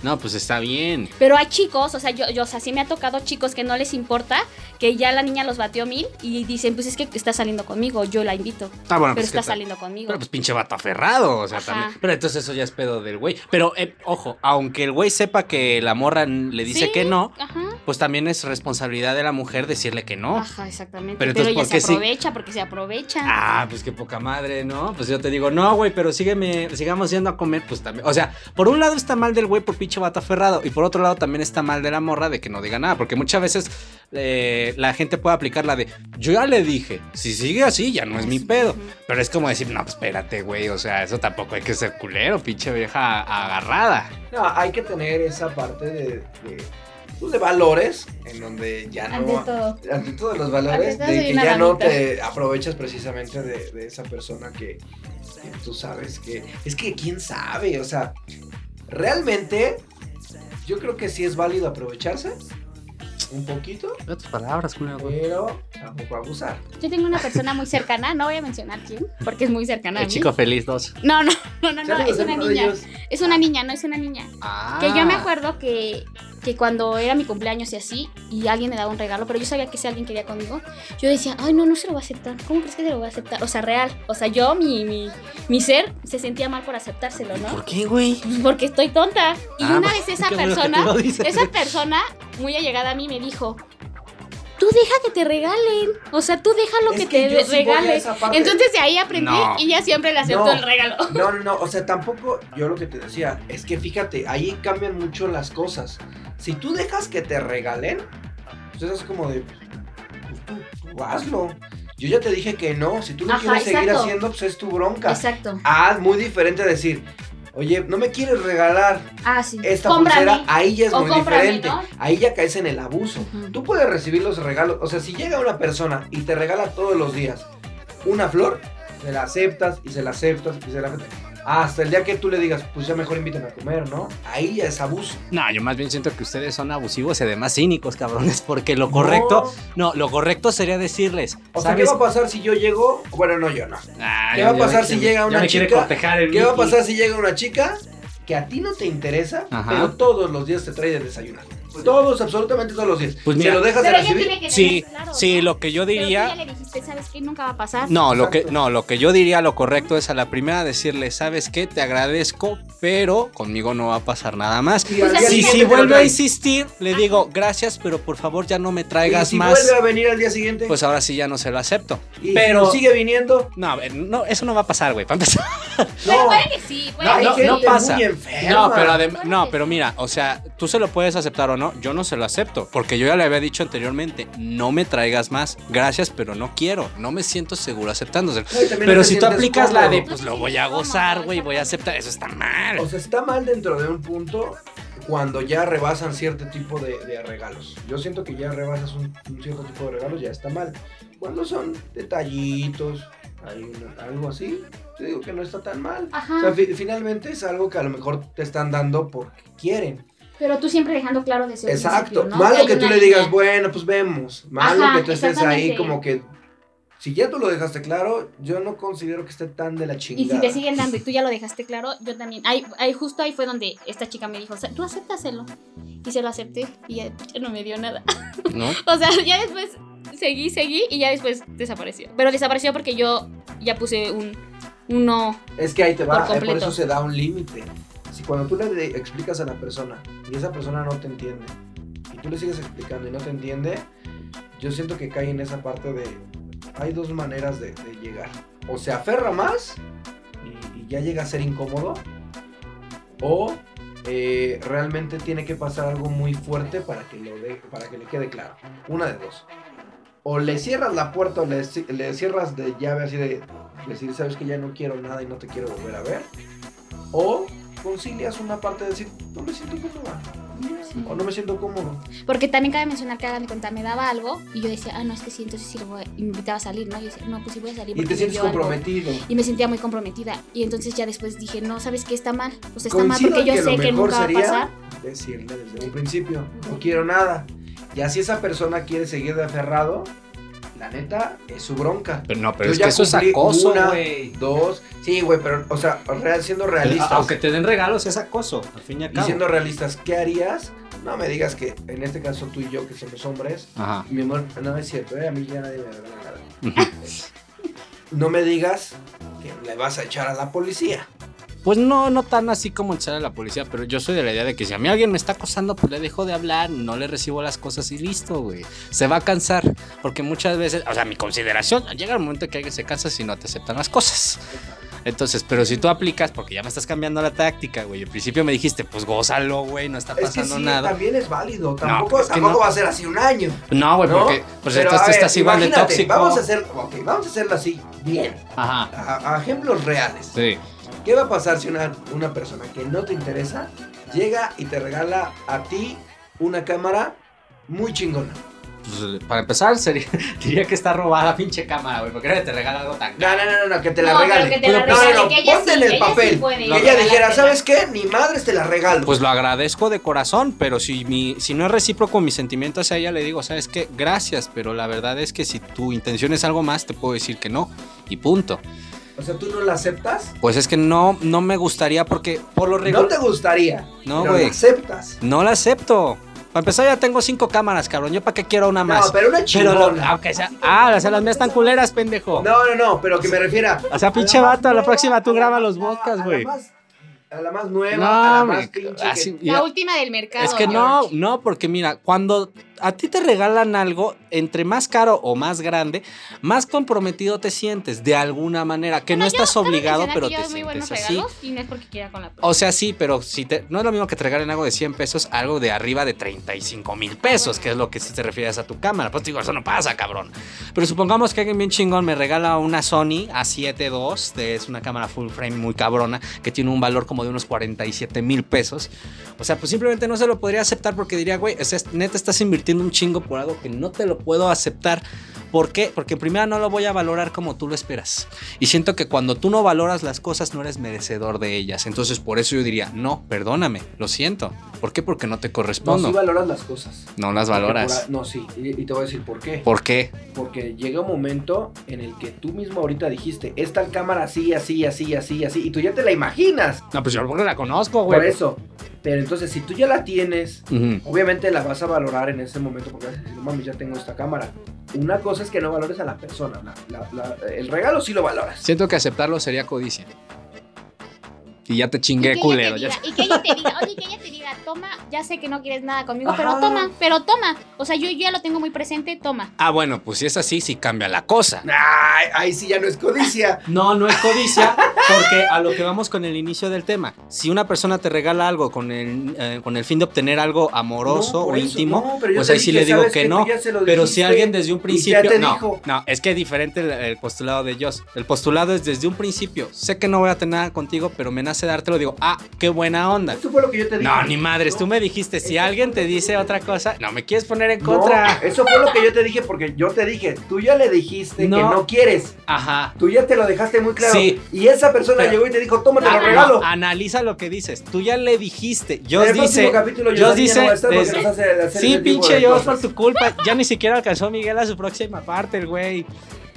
Speaker 1: No, pues está bien.
Speaker 2: Pero hay chicos, o sea, yo, yo, o sea, sí me ha tocado chicos que no les importa, que ya la niña los batió mil y dicen, pues es que está saliendo conmigo, yo la invito,
Speaker 1: Ah, bueno,
Speaker 2: pero
Speaker 1: pues, ¿qué
Speaker 2: está
Speaker 1: tal?
Speaker 2: saliendo conmigo.
Speaker 1: Pero pues pinche vato aferrado, o sea,
Speaker 2: Ajá.
Speaker 1: también. Pero entonces eso ya es pedo del güey. Pero, eh, ojo, aunque el güey sepa que la morra n- le dice
Speaker 2: Sí.
Speaker 1: que no,
Speaker 2: Ajá,
Speaker 1: pues también es responsabilidad de la mujer decirle que no.
Speaker 2: ajá, exactamente. Pero,
Speaker 1: Pero entonces,
Speaker 2: ella
Speaker 1: ¿por
Speaker 2: se
Speaker 1: qué sí?
Speaker 2: aprovecha, porque se aprovecha.
Speaker 1: Ah, pues qué poca madre, ¿no? Pues yo te digo, no, güey, pero sígueme, sigamos yendo a comer, pues también. O sea, por un lado está mal del güey por pinche vato aferrado, y por otro lado también está mal de la morra de que no diga nada, porque muchas veces eh, la gente puede aplicar la de, yo ya le dije, si sigue así, ya no es mi pedo.
Speaker 2: Ujú.
Speaker 1: Pero es como decir, no, pues espérate, güey, o sea, eso tampoco hay que ser culero, pinche vieja agarrada.
Speaker 3: No, hay que tener esa parte de, de, pues, de valores, en donde ya no...
Speaker 4: Ante todo.
Speaker 3: ante todo los valores
Speaker 4: Ante todo
Speaker 3: de
Speaker 4: soy
Speaker 3: que
Speaker 4: una
Speaker 3: ya no
Speaker 4: damita.
Speaker 3: te aprovechas precisamente de, de esa persona que, que tú sabes que es que quién sabe o sea realmente yo creo que sí es válido aprovecharse un poquito
Speaker 1: Ve tus palabras, culero, güey.
Speaker 3: pero tampoco abusar
Speaker 2: Yo tengo una persona muy cercana, no voy a mencionar quién, porque es muy cercana a
Speaker 1: El
Speaker 2: mí.
Speaker 1: chico feliz dos.
Speaker 2: No, no, no,
Speaker 4: Ah,
Speaker 2: no, no,
Speaker 3: Saludos
Speaker 2: es
Speaker 3: a
Speaker 2: una
Speaker 3: uno de
Speaker 2: niña.
Speaker 3: ellos.
Speaker 2: Es una niña, no es una niña.
Speaker 1: Ah.
Speaker 2: Que yo me acuerdo que, que cuando era mi cumpleaños y así, y alguien me daba un regalo, pero yo sabía que si alguien quería conmigo, yo decía, ay, no, no se lo va a aceptar. ¿Cómo crees que se lo va a aceptar? O sea, real. O sea, yo, mi, mi, mi ser, se sentía mal por aceptárselo, ¿no?
Speaker 1: ¿Por qué, güey?
Speaker 2: Pues porque estoy tonta. Y
Speaker 1: Ah,
Speaker 2: una vez esa
Speaker 1: qué bueno que
Speaker 2: persona,
Speaker 1: tú lo dices.
Speaker 2: esa persona muy allegada a mí me dijo, tú deja que te regalen. O sea, tú deja lo
Speaker 3: Es
Speaker 2: que,
Speaker 3: que
Speaker 2: te
Speaker 3: yo sí voy a
Speaker 2: regalen.
Speaker 3: esa parte.
Speaker 2: Entonces de ahí aprendí
Speaker 1: No.
Speaker 2: y ya siempre le acepto
Speaker 3: No.
Speaker 2: el regalo.
Speaker 3: No, no, no, o sea, tampoco yo lo que te decía, es que fíjate, ahí cambian mucho las cosas. Si tú dejas que te regalen, pues es como de, pues tú, tú hazlo. Yo ya te dije que no, si tú lo
Speaker 2: Ajá,
Speaker 3: quieres seguir
Speaker 2: exacto.
Speaker 3: haciendo, pues es tu bronca.
Speaker 2: Exacto.
Speaker 3: Ah, muy diferente decir, oye, no me quieres regalar
Speaker 2: Ah, sí.
Speaker 3: esta
Speaker 2: Cómprame.
Speaker 3: pulsera, ahí ya es
Speaker 2: O
Speaker 3: muy
Speaker 2: cómprame,
Speaker 3: diferente.
Speaker 2: ¿no?
Speaker 3: Ahí ya caes en el abuso.
Speaker 2: Ujú.
Speaker 3: Tú puedes recibir los regalos, o sea, si llega una persona y te regala todos los días una flor, se la aceptas y se la aceptas y se la aceptas. Hasta el día que tú le digas, pues ya mejor invítame a comer, ¿no? Ahí ya es abuso.
Speaker 1: No, yo más bien siento que ustedes son abusivos y además cínicos, cabrones, porque lo correcto, no, lo correcto sería decirles,
Speaker 3: O sea, ¿qué
Speaker 1: ¿sabes?
Speaker 3: va a pasar si yo llego? Bueno, no, yo no.
Speaker 1: Ah,
Speaker 3: ¿Qué
Speaker 1: ya-
Speaker 3: va
Speaker 1: ya
Speaker 3: a pasar
Speaker 1: me-
Speaker 3: si
Speaker 1: ya me-
Speaker 3: llega
Speaker 1: ya
Speaker 3: una
Speaker 1: me quiere
Speaker 3: chica?
Speaker 1: cotejar el
Speaker 3: ¿Qué va a
Speaker 1: Mickey.
Speaker 3: pasar si llega una chica que a ti no te interesa,
Speaker 1: Ajá.
Speaker 3: pero todos los días te trae de desayunar? Todos, absolutamente todos los días.
Speaker 1: Pues
Speaker 3: si
Speaker 1: mira-
Speaker 3: lo dejas de
Speaker 2: Pero ella
Speaker 3: recibir,
Speaker 2: tiene que
Speaker 1: Sí,
Speaker 2: tener claro,
Speaker 1: sí,
Speaker 2: ¿no?
Speaker 1: lo que yo
Speaker 2: Pero tú ya
Speaker 1: diría,
Speaker 2: le dijiste, ¿sabes qué? Nunca va a pasar.
Speaker 1: no, lo que,
Speaker 3: Exacto.
Speaker 1: no, lo que yo diría, lo correcto es a la primera decirle, ¿sabes qué? Te agradezco, pero conmigo no va a pasar nada más.
Speaker 3: y al
Speaker 2: sea,
Speaker 3: día
Speaker 1: Si,
Speaker 3: siguiente
Speaker 1: si
Speaker 3: te lo
Speaker 1: vuelve a
Speaker 3: trae.
Speaker 1: insistir, le digo, gracias, pero por favor ya no me
Speaker 3: Y
Speaker 1: traigas
Speaker 3: si
Speaker 1: más,
Speaker 3: vuelve a venir al día siguiente,
Speaker 1: pues ahora sí ya no se lo acepto.
Speaker 3: y
Speaker 1: Pero,
Speaker 3: sigue viniendo,
Speaker 1: no, a ver, no, eso no va a pasar, güey, para empezar.
Speaker 2: Pero puede que sí, puede
Speaker 1: No,
Speaker 2: que
Speaker 1: no,
Speaker 2: sí.
Speaker 1: no pasa.
Speaker 3: Muy enferma.
Speaker 1: No, pero adem-
Speaker 2: Claro
Speaker 1: no,
Speaker 2: que
Speaker 1: pero
Speaker 2: sí.
Speaker 1: mira, o sea, tú se lo puedes aceptar o no, yo no se lo acepto, porque yo ya le había dicho anteriormente, no me traigas más, gracias, pero no quiero, no me siento seguro aceptándose.
Speaker 3: Ay, también no
Speaker 1: Pero
Speaker 3: te
Speaker 1: si tú
Speaker 3: sientes
Speaker 1: aplicas la
Speaker 3: cómodo.
Speaker 1: de, pues lo voy a gozar, güey, voy a aceptar, eso está mal.
Speaker 3: O sea, está mal dentro de un punto cuando ya rebasan cierto tipo de, de regalos. Yo siento que ya rebasas un, un cierto tipo de regalos, ya está mal. Cuando son detallitos, hay una- algo así, te digo que no está tan mal.
Speaker 2: Ajá.
Speaker 3: O sea, fi- finalmente es algo que a lo mejor te están dando porque quieren.
Speaker 2: Pero tú siempre dejando claro desde el
Speaker 3: Exacto.
Speaker 2: principio, ¿no?
Speaker 3: Malo
Speaker 4: Hay
Speaker 3: que tú
Speaker 4: una
Speaker 3: le digas,
Speaker 4: línea.
Speaker 3: bueno, pues vemos. Malo
Speaker 2: Ajá,
Speaker 3: que tú estés ahí
Speaker 2: exactamente.
Speaker 3: como que... Si ya tú lo dejaste claro, yo no considero que esté tan de la
Speaker 4: Y
Speaker 3: chingada.
Speaker 4: si te siguen dando y tú ya lo dejaste claro, yo también. Ahí, ahí justo ahí fue donde esta chica me dijo, "O sea, tú acéptaselo. Y se lo acepté y ya, ya no me dio nada.
Speaker 1: ¿No?
Speaker 4: O sea, ya después seguí, seguí y ya después desapareció. Pero desapareció porque yo ya puse un, un no.
Speaker 3: Es que ahí te va,
Speaker 4: Por
Speaker 3: eh, por,
Speaker 4: completo.
Speaker 3: eso se da un límite. Si cuando tú le de- explicas a la persona y esa persona no te entiende, y tú le sigues explicando y no te entiende, yo siento que cae en esa parte de. Hay dos maneras de, de llegar. O se aferra más y, y ya llega a ser incómodo, o eh, realmente tiene que pasar algo muy fuerte para que, lo de- para que le quede claro. Una de dos. O le cierras la puerta o le, ci- le cierras de llave así de decir, sabes que ya no quiero nada y no te quiero volver a ver. O concilias una parte de decir, no me siento cómoda. O no me siento cómodo.
Speaker 4: Porque también cabe mencionar que hagan de cuenta, me daba algo y yo decía, ah, no, es que sí, entonces sí lo voy a-". Y me invitaba a salir, ¿no? Y yo decía, no, pues sí voy a salir.
Speaker 3: Y
Speaker 4: porque
Speaker 3: te
Speaker 4: me
Speaker 3: sientes
Speaker 4: dio algo".
Speaker 3: comprometido.
Speaker 4: Y me sentía muy comprometida. Y entonces ya después dije, no, ¿sabes qué está mal? O sea, está
Speaker 3: Coincido
Speaker 4: mal porque
Speaker 3: en
Speaker 4: yo
Speaker 3: que lo
Speaker 4: sé que
Speaker 3: mejor
Speaker 4: nunca va a
Speaker 3: sería
Speaker 4: pasar.
Speaker 3: Decirle desde un principio, no quiero nada. Y así esa persona quiere seguir de aferrado, la neta es su bronca.
Speaker 1: Pero no,
Speaker 3: Yo
Speaker 1: pero es
Speaker 3: ya
Speaker 1: que eso es
Speaker 3: cumplí
Speaker 1: acoso,
Speaker 3: una,
Speaker 1: güey.
Speaker 3: Dos, sí, güey, pero, o sea, real- siendo realistas.
Speaker 1: Aunque te den regalos, es acoso, al fin y al
Speaker 3: Y
Speaker 1: cabo.
Speaker 3: siendo realistas, ¿qué harías? No me digas que en este caso tú y yo, que somos hombres,
Speaker 1: Ajá.
Speaker 3: mi amor, no es cierto, ¿eh? a mí ya nadie me regala nada.
Speaker 1: Ujú.
Speaker 3: no me digas que le vas a echar a la policía.
Speaker 1: Pues no, no tan así como echar a la policía, pero yo soy de la idea de que si a mí alguien me está acosando, pues le dejo de hablar, no le recibo las cosas y listo, güey. Se va a cansar, porque muchas veces, o sea, mi consideración, llega el momento que alguien se cansa si no te aceptan las cosas. Entonces, pero si tú aplicas, porque ya me estás cambiando la táctica, güey. Al principio me dijiste, pues gózalo, güey, no está
Speaker 3: Es que
Speaker 1: pasando
Speaker 3: sí,
Speaker 1: nada.
Speaker 3: también es válido. Tampoco,
Speaker 1: pero es que
Speaker 3: tampoco
Speaker 1: no.
Speaker 3: va a ser así un año.
Speaker 1: No, güey,
Speaker 3: ¿no?
Speaker 1: porque pues
Speaker 3: Pero,
Speaker 1: entonces
Speaker 3: a
Speaker 1: tú
Speaker 3: ver,
Speaker 1: estás igual de
Speaker 3: imagínate,
Speaker 1: tóxico.
Speaker 3: Vamos a, hacer, ok, vamos a hacerlo así, bien,
Speaker 1: Ajá,
Speaker 3: a, a ejemplos reales.
Speaker 1: sí.
Speaker 3: ¿Qué va a pasar si una, una persona que no te interesa llega y te regala a ti una cámara muy chingona?
Speaker 1: Pues, para empezar, sería, diría que está robada pinche cámara, güey, porque nadie te regala algo tan
Speaker 3: No, no, no, no, no, que te la
Speaker 4: No, pero
Speaker 3: regale.
Speaker 4: que te la
Speaker 3: No, no,
Speaker 4: regale,
Speaker 3: no,
Speaker 4: que ella
Speaker 3: ponte en
Speaker 4: sí,
Speaker 3: el
Speaker 4: ella sí
Speaker 3: papel.
Speaker 4: puede.
Speaker 3: que ella dijera,
Speaker 4: Regalártela.
Speaker 3: ¿sabes qué? Ni madres te la regalo.
Speaker 1: Pues lo agradezco de corazón, pero si, mi, si no es recíproco mi sentimiento hacia ella, le digo, ¿sabes qué? Gracias, pero la verdad es que si tu intención es algo más, te puedo decir que no. Y punto.
Speaker 3: o sea, tú no la aceptas.
Speaker 1: Pues es que no, no me gustaría porque por lo
Speaker 3: No
Speaker 1: regular...
Speaker 3: te gustaría.
Speaker 1: No,
Speaker 3: pero
Speaker 1: güey.
Speaker 3: la aceptas.
Speaker 1: No, la acepto. Para empezar ya tengo cinco cámaras, cabrón. ¿Yo para qué quiero una
Speaker 3: No,
Speaker 1: más?
Speaker 3: pero una
Speaker 1: pero lo-
Speaker 3: chingona.
Speaker 1: aunque sea... Ah, o sea, las mías están culeras, pendejo.
Speaker 3: No, no, no, pero que me refiera.
Speaker 1: O sea, pinche
Speaker 3: a más
Speaker 1: vato, a la
Speaker 3: nueva,
Speaker 1: próxima tú
Speaker 3: a la-
Speaker 1: graba los
Speaker 3: a la-
Speaker 1: podcasts,
Speaker 3: a la
Speaker 1: güey.
Speaker 3: más- A la más nueva, a la
Speaker 1: No,
Speaker 3: más
Speaker 1: me-
Speaker 3: pinche.
Speaker 1: así-
Speaker 3: que-
Speaker 1: ya-
Speaker 4: La última del mercado.
Speaker 1: Es que no, no, porque mira, cuando a ti te regalan algo, entre más caro o más grande, más comprometido te sientes de alguna manera, que
Speaker 4: Bueno,
Speaker 1: no
Speaker 4: yo-
Speaker 1: estás obligado,
Speaker 4: Menciona
Speaker 1: pero
Speaker 4: que yo
Speaker 1: te
Speaker 4: doy muy buenos
Speaker 1: sientes así.
Speaker 4: regalos y no es porque quiera con la persona.
Speaker 1: O sea, sí, pero si te, no es lo mismo que te regalen algo de 100 pesos, algo de arriba de 35 mil pesos, que es lo que sí te refieres a tu cámara. Pues te digo, eso no pasa, cabrón. Pero supongamos que alguien bien chingón me regala una Sony A7 II, es una cámara full frame muy cabrona, que tiene un valor como de unos 47 mil pesos. O sea, pues simplemente no se lo podría aceptar porque diría, güey, o sea, neta estás invirtiendo un chingo por algo que no te lo puedo aceptar. ¿Por qué? Porque primero no lo voy a valorar como tú lo esperas. Y siento que cuando tú no valoras las cosas, no eres merecedor de ellas. Entonces, por eso yo diría, no, perdóname, lo siento. ¿Por qué? Porque no te
Speaker 3: No, sí
Speaker 1: correspondo.
Speaker 3: valoras las cosas.
Speaker 1: No las
Speaker 3: Porque
Speaker 1: valoras.
Speaker 3: por- No, sí. Y, y te voy a decir por qué.
Speaker 1: ¿Por qué?
Speaker 3: Porque llega un momento en el que tú mismo ahorita dijiste, esta cámara así, así, así, así, así. Y tú ya te la imaginas.
Speaker 1: No, pues yo porque la conozco,
Speaker 3: Por
Speaker 1: güey.
Speaker 3: eso. Pero entonces, si tú ya la tienes,
Speaker 1: Ujú.
Speaker 3: Obviamente la vas a valorar en ese momento porque vas a decir, no mames, ya tengo esta cámara. Una cosa es que no valores a la persona. la- la- la- el regalo sí lo valoras.
Speaker 1: Siento que aceptarlo sería codicia. Y ya te
Speaker 4: Y que
Speaker 1: chingué,
Speaker 4: ella
Speaker 1: culero.
Speaker 4: te
Speaker 1: ya-
Speaker 4: diga- Y que ella te diga, oye, que ella te diga, toma, ya sé que no quieres nada conmigo, pero
Speaker 3: Ajá.
Speaker 4: toma, pero toma. O sea, yo ya lo tengo muy presente, toma.
Speaker 1: Ah, bueno, pues si es así, sí cambia la cosa.
Speaker 3: Ay, ahí sí ya no es codicia.
Speaker 1: No, no es codicia,
Speaker 4: Porque a lo que vamos con el inicio del tema, si una persona te regala algo con el, eh, con el fin de obtener algo amoroso
Speaker 3: No,
Speaker 4: o
Speaker 3: por eso,
Speaker 4: íntimo,
Speaker 3: no, pero yo
Speaker 4: pues
Speaker 3: te
Speaker 4: ahí sí
Speaker 3: dije,
Speaker 4: le digo
Speaker 3: ¿sabes
Speaker 4: que
Speaker 3: qué?
Speaker 4: no.
Speaker 3: Tú ya se lo
Speaker 4: Pero si
Speaker 3: dijiste
Speaker 4: alguien desde un
Speaker 3: y ya
Speaker 4: principio.
Speaker 3: te
Speaker 4: no,
Speaker 3: dijo.
Speaker 4: no, es que es diferente el, el postulado de Joss. El postulado es desde un principio. Sé que no voy a tener nada contigo, pero me nace dártelo. Digo, ah, qué buena onda.
Speaker 3: Esto fue lo que yo te dije.
Speaker 4: No, ni madres,
Speaker 3: No,
Speaker 4: tú me dijiste, si
Speaker 3: Eso-
Speaker 4: alguien te dice otra cosa, no me quieres poner en
Speaker 3: no,
Speaker 4: contra.
Speaker 3: eso fue lo que yo te dije porque yo te dije, tú ya le dijiste que
Speaker 4: No.
Speaker 3: no quieres.
Speaker 4: Ajá.
Speaker 3: Tú ya te lo dejaste muy claro.
Speaker 4: Sí.
Speaker 3: Y esa persona
Speaker 4: Pero-
Speaker 3: llegó y te dijo, toma, te
Speaker 4: Ah,
Speaker 3: lo
Speaker 4: no,
Speaker 3: regalo.
Speaker 4: analiza lo que dices. Tú ya le dijiste.
Speaker 3: En
Speaker 4: Joss
Speaker 3: el próximo
Speaker 4: dice.
Speaker 3: capítulo
Speaker 4: Joss
Speaker 3: Yolanda ya
Speaker 4: dice
Speaker 3: no va a estar porque
Speaker 4: desde-
Speaker 3: nos hace hacer ese
Speaker 4: Sí,
Speaker 3: tipo
Speaker 4: pinche
Speaker 3: de
Speaker 4: Joss,
Speaker 3: cosas.
Speaker 4: por tu culpa. Ya ni siquiera alcanzó Miguel a su próxima parte, el güey.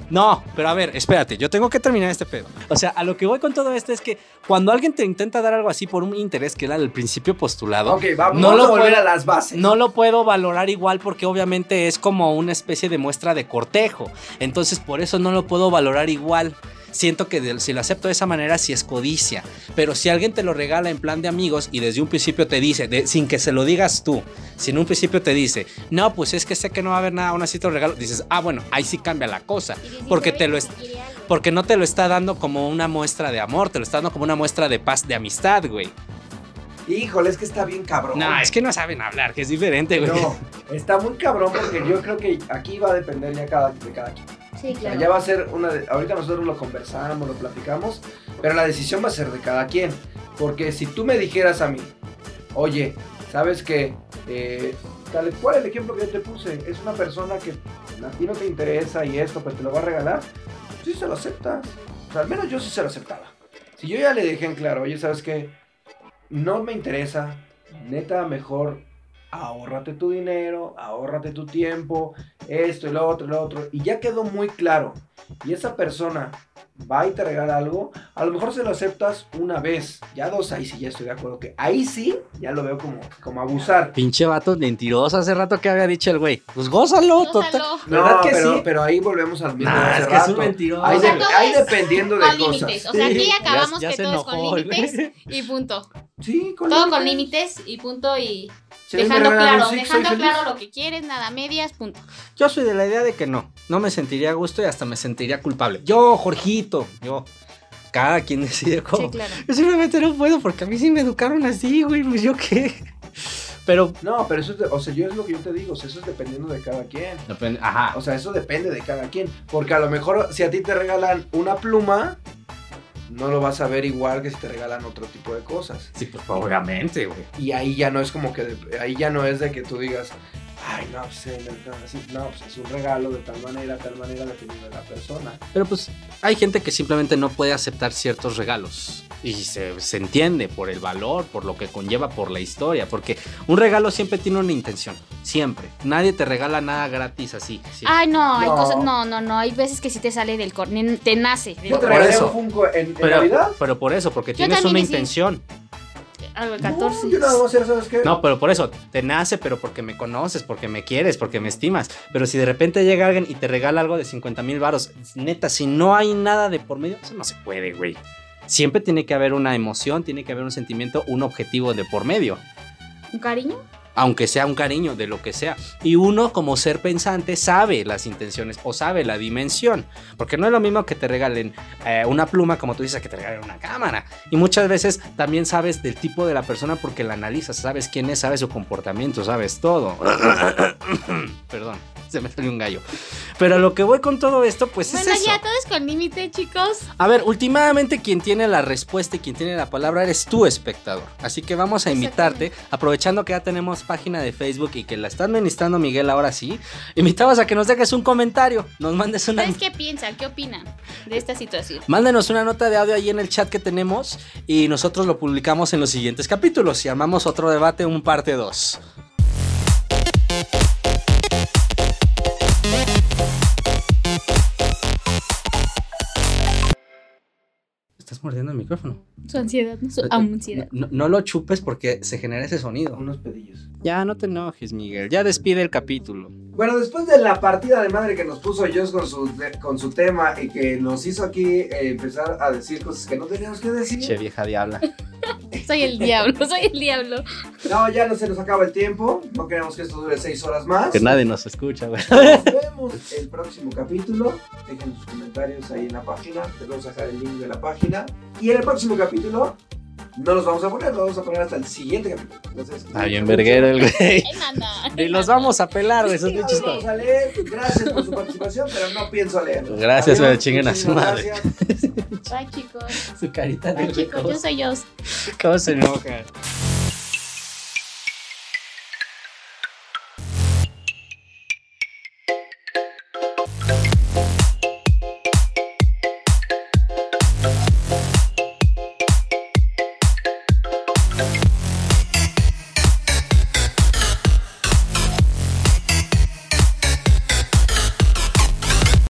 Speaker 4: No, pero a ver, espérate, yo tengo que terminar este pedo. O sea, a lo que voy con todo esto es que cuando alguien te intenta dar algo así por un interés que era el principio postulado,
Speaker 3: Ok, vamos,
Speaker 4: No
Speaker 3: vamos
Speaker 4: lo
Speaker 3: a volver
Speaker 4: puedo-
Speaker 3: a las bases.
Speaker 4: no lo puedo valorar igual porque obviamente es como una especie de muestra de cortejo. Entonces por eso no lo puedo valorar igual. Siento que de- si lo acepto de esa manera sí es codicia. Pero si alguien te lo regala en plan de amigos y desde un principio te dice, de- sin que se lo digas tú, si en un principio te dice, no, pues es que sé que no va a haber nada, aún así te lo regalo, dices, ah, bueno, ahí sí cambia la cosa. Porque te lo es- Porque no te lo está dando como una muestra de amor, te lo está dando como una muestra de paz, de amistad, güey.
Speaker 3: Híjole, es que está bien cabrón.
Speaker 4: No, es que no saben hablar, que es diferente, güey.
Speaker 3: No, está muy cabrón porque yo creo que aquí va a depender ya cada, de cada quien.
Speaker 2: Sí,
Speaker 3: O sea,
Speaker 2: claro.
Speaker 3: ya va a ser una. de- ahorita nosotros lo conversamos, lo platicamos, pero la decisión va a ser de cada quien. Porque si tú me dijeras a mí, oye, ¿sabes qué? Eh, tal cual el ejemplo que yo te puse, es una persona que a ti no te interesa y esto, pues te lo va a regalar, sí se lo aceptas. O sea, al menos yo sí se lo aceptaba. Si yo ya le dejé en claro, oye, ¿sabes qué? No me interesa, neta, mejor ahórrate tu dinero, ahórrate tu tiempo, esto y lo otro y lo otro. Y ya quedó muy claro. Y esa persona va y te regala algo, a lo mejor se lo aceptas una vez, ya dos, ahí sí ya estoy de acuerdo que ahí sí ya lo veo como, como abusar.
Speaker 4: Pinche vato mentiroso hace rato que había dicho el güey. Pues gózalo, total.
Speaker 2: Gózalo.
Speaker 4: ¿Verdad que
Speaker 3: pero,
Speaker 4: sí?
Speaker 3: pero ahí volvemos al mismo.
Speaker 4: Nah,
Speaker 3: de hace
Speaker 4: es que es un
Speaker 3: rato.
Speaker 4: mentiroso.
Speaker 3: Ahí,
Speaker 2: O sea,
Speaker 3: de-
Speaker 2: todo
Speaker 3: ahí
Speaker 2: es
Speaker 3: dependiendo de
Speaker 2: Con
Speaker 3: cosas.
Speaker 2: límites. O sea, aquí
Speaker 4: Sí,
Speaker 2: acabamos
Speaker 4: ya- ya
Speaker 2: que
Speaker 4: se
Speaker 2: todo es
Speaker 4: enojó
Speaker 2: con
Speaker 4: el güey.
Speaker 2: límites y punto.
Speaker 3: Sí, con
Speaker 2: Todo con límites y punto y
Speaker 3: Si a mí me
Speaker 2: dejando
Speaker 3: regalan un
Speaker 2: claro,
Speaker 3: six,
Speaker 2: dejando
Speaker 3: soy feliz.
Speaker 2: claro lo que quieres, nada medias, punto.
Speaker 4: Yo soy de la idea de que no. No me sentiría a gusto y hasta me sentiría culpable. Yo, Jorgito, yo. Cada quien decide cómo.
Speaker 2: Sí, claro.
Speaker 4: Yo simplemente no puedo porque a mí sí me educaron así, güey. Pues yo qué. Pero.
Speaker 3: No, pero eso es, de- o sea, yo es lo que yo te digo, o sea, eso es dependiendo de cada quien.
Speaker 4: Ajá.
Speaker 3: O sea, eso depende de cada quien. Porque a lo mejor si a ti te regalan una pluma, no lo vas a ver igual que si te regalan otro tipo de cosas.
Speaker 4: Sí, pues obviamente, güey.
Speaker 3: Y ahí ya no es como que, de- ahí ya no es de que tú digas, ay, no, pues, eh, no, no, sí, no, pues es un regalo de tal manera, tal manera, dependiendo de la persona.
Speaker 4: Pero pues hay gente que simplemente no puede aceptar ciertos regalos. Y se, se entiende por el valor, por lo que conlleva, por la historia. Porque un regalo siempre tiene una intención. Siempre. Nadie te regala nada gratis así. siempre.
Speaker 2: Ay, no, hay
Speaker 3: No.
Speaker 2: cosas, no, no, no, hay veces que sí te sale del corte, te nace. del
Speaker 3: Yo te
Speaker 4: Por
Speaker 3: regalé
Speaker 4: eso.
Speaker 3: un Funko en, en Navidad.
Speaker 4: Pero, pero por eso, porque tienes
Speaker 2: también
Speaker 4: una
Speaker 2: y sí.
Speaker 4: intención.
Speaker 2: cor- Algo de
Speaker 3: No,
Speaker 2: 14.
Speaker 3: yo nada más era, ¿sabes qué?
Speaker 4: No, pero por eso, te nace, pero porque me conoces, porque me quieres, porque me estimas. Pero si de repente llega alguien y te regala algo de 50 mil varos, neta, si no hay nada de por medio, eso no se puede, güey. Siempre tiene que haber una emoción, tiene que haber un sentimiento, un objetivo de por medio.
Speaker 2: ¿Un cariño?
Speaker 4: aunque sea un cariño, de lo que sea. Y uno como ser pensante sabe las intenciones o sabe la dimensión. Porque no es lo mismo que te regalen eh, una pluma como tú dices que te regalen una cámara. Y muchas veces también sabes del tipo de la persona porque la analizas, sabes quién es, sabes su comportamiento, sabes todo. Perdón, se me salió un gallo. Pero a lo que voy con todo esto, pues
Speaker 2: bueno,
Speaker 4: es eso.
Speaker 2: ya todo es con límite, chicos.
Speaker 4: A ver, últimamente quien tiene la respuesta y quien tiene la palabra eres tú, espectador. Así que vamos a invitarte, aprovechando que ya tenemos página de Facebook y que la está administrando Miguel ahora sí, invitamos a que nos dejes un comentario, nos mandes una...
Speaker 2: ¿Ustedes qué piensan? ¿Qué opinan de esta situación?
Speaker 4: Mándenos una nota de audio ahí en el chat que tenemos y nosotros lo publicamos en los siguientes capítulos y armamos otro debate, un parte 2. Estás mordiendo el micrófono.
Speaker 2: Su ansiedad, ¿no? Su
Speaker 4: Eh, eh,
Speaker 2: ansiedad.
Speaker 4: No, no lo chupes porque se genera ese sonido.
Speaker 3: Unos pedillos.
Speaker 4: Ya, no te enojes, Miguel. Ya despide el capítulo.
Speaker 3: Bueno, después de la partida de madre que nos puso Joss con su, de- con su tema y que nos hizo aquí eh, empezar a decir cosas que no teníamos que decir.
Speaker 4: Che, vieja diabla.
Speaker 5: Soy el diablo, soy el diablo.
Speaker 3: No, ya no se nos acaba el tiempo. No queremos que esto dure seis horas más.
Speaker 4: Que nadie nos escucha, güey.
Speaker 3: Nos vemos el próximo capítulo. Dejen sus comentarios ahí en la página. Les vamos a dejar el link de la página. Y en el próximo capítulo no los vamos a poner, los vamos a poner hasta el siguiente capítulo. Entonces,
Speaker 4: Está Ah, bien verguero el güey.
Speaker 2: Ay, nana.
Speaker 4: Y los vamos a pelar, güey, esos
Speaker 3: No los
Speaker 4: pinches cosas.
Speaker 3: vamos a leer. Gracias por su participación, pero no pienso leerlos.
Speaker 4: Gracias,
Speaker 3: Adiós,
Speaker 4: pero chinguen a su
Speaker 3: muchísimas
Speaker 4: madre.
Speaker 3: gracias.
Speaker 2: Bye, chicos.
Speaker 4: Su carita
Speaker 2: Bye, chicos. Yo soy yo.
Speaker 4: ¿Cómo se enoja?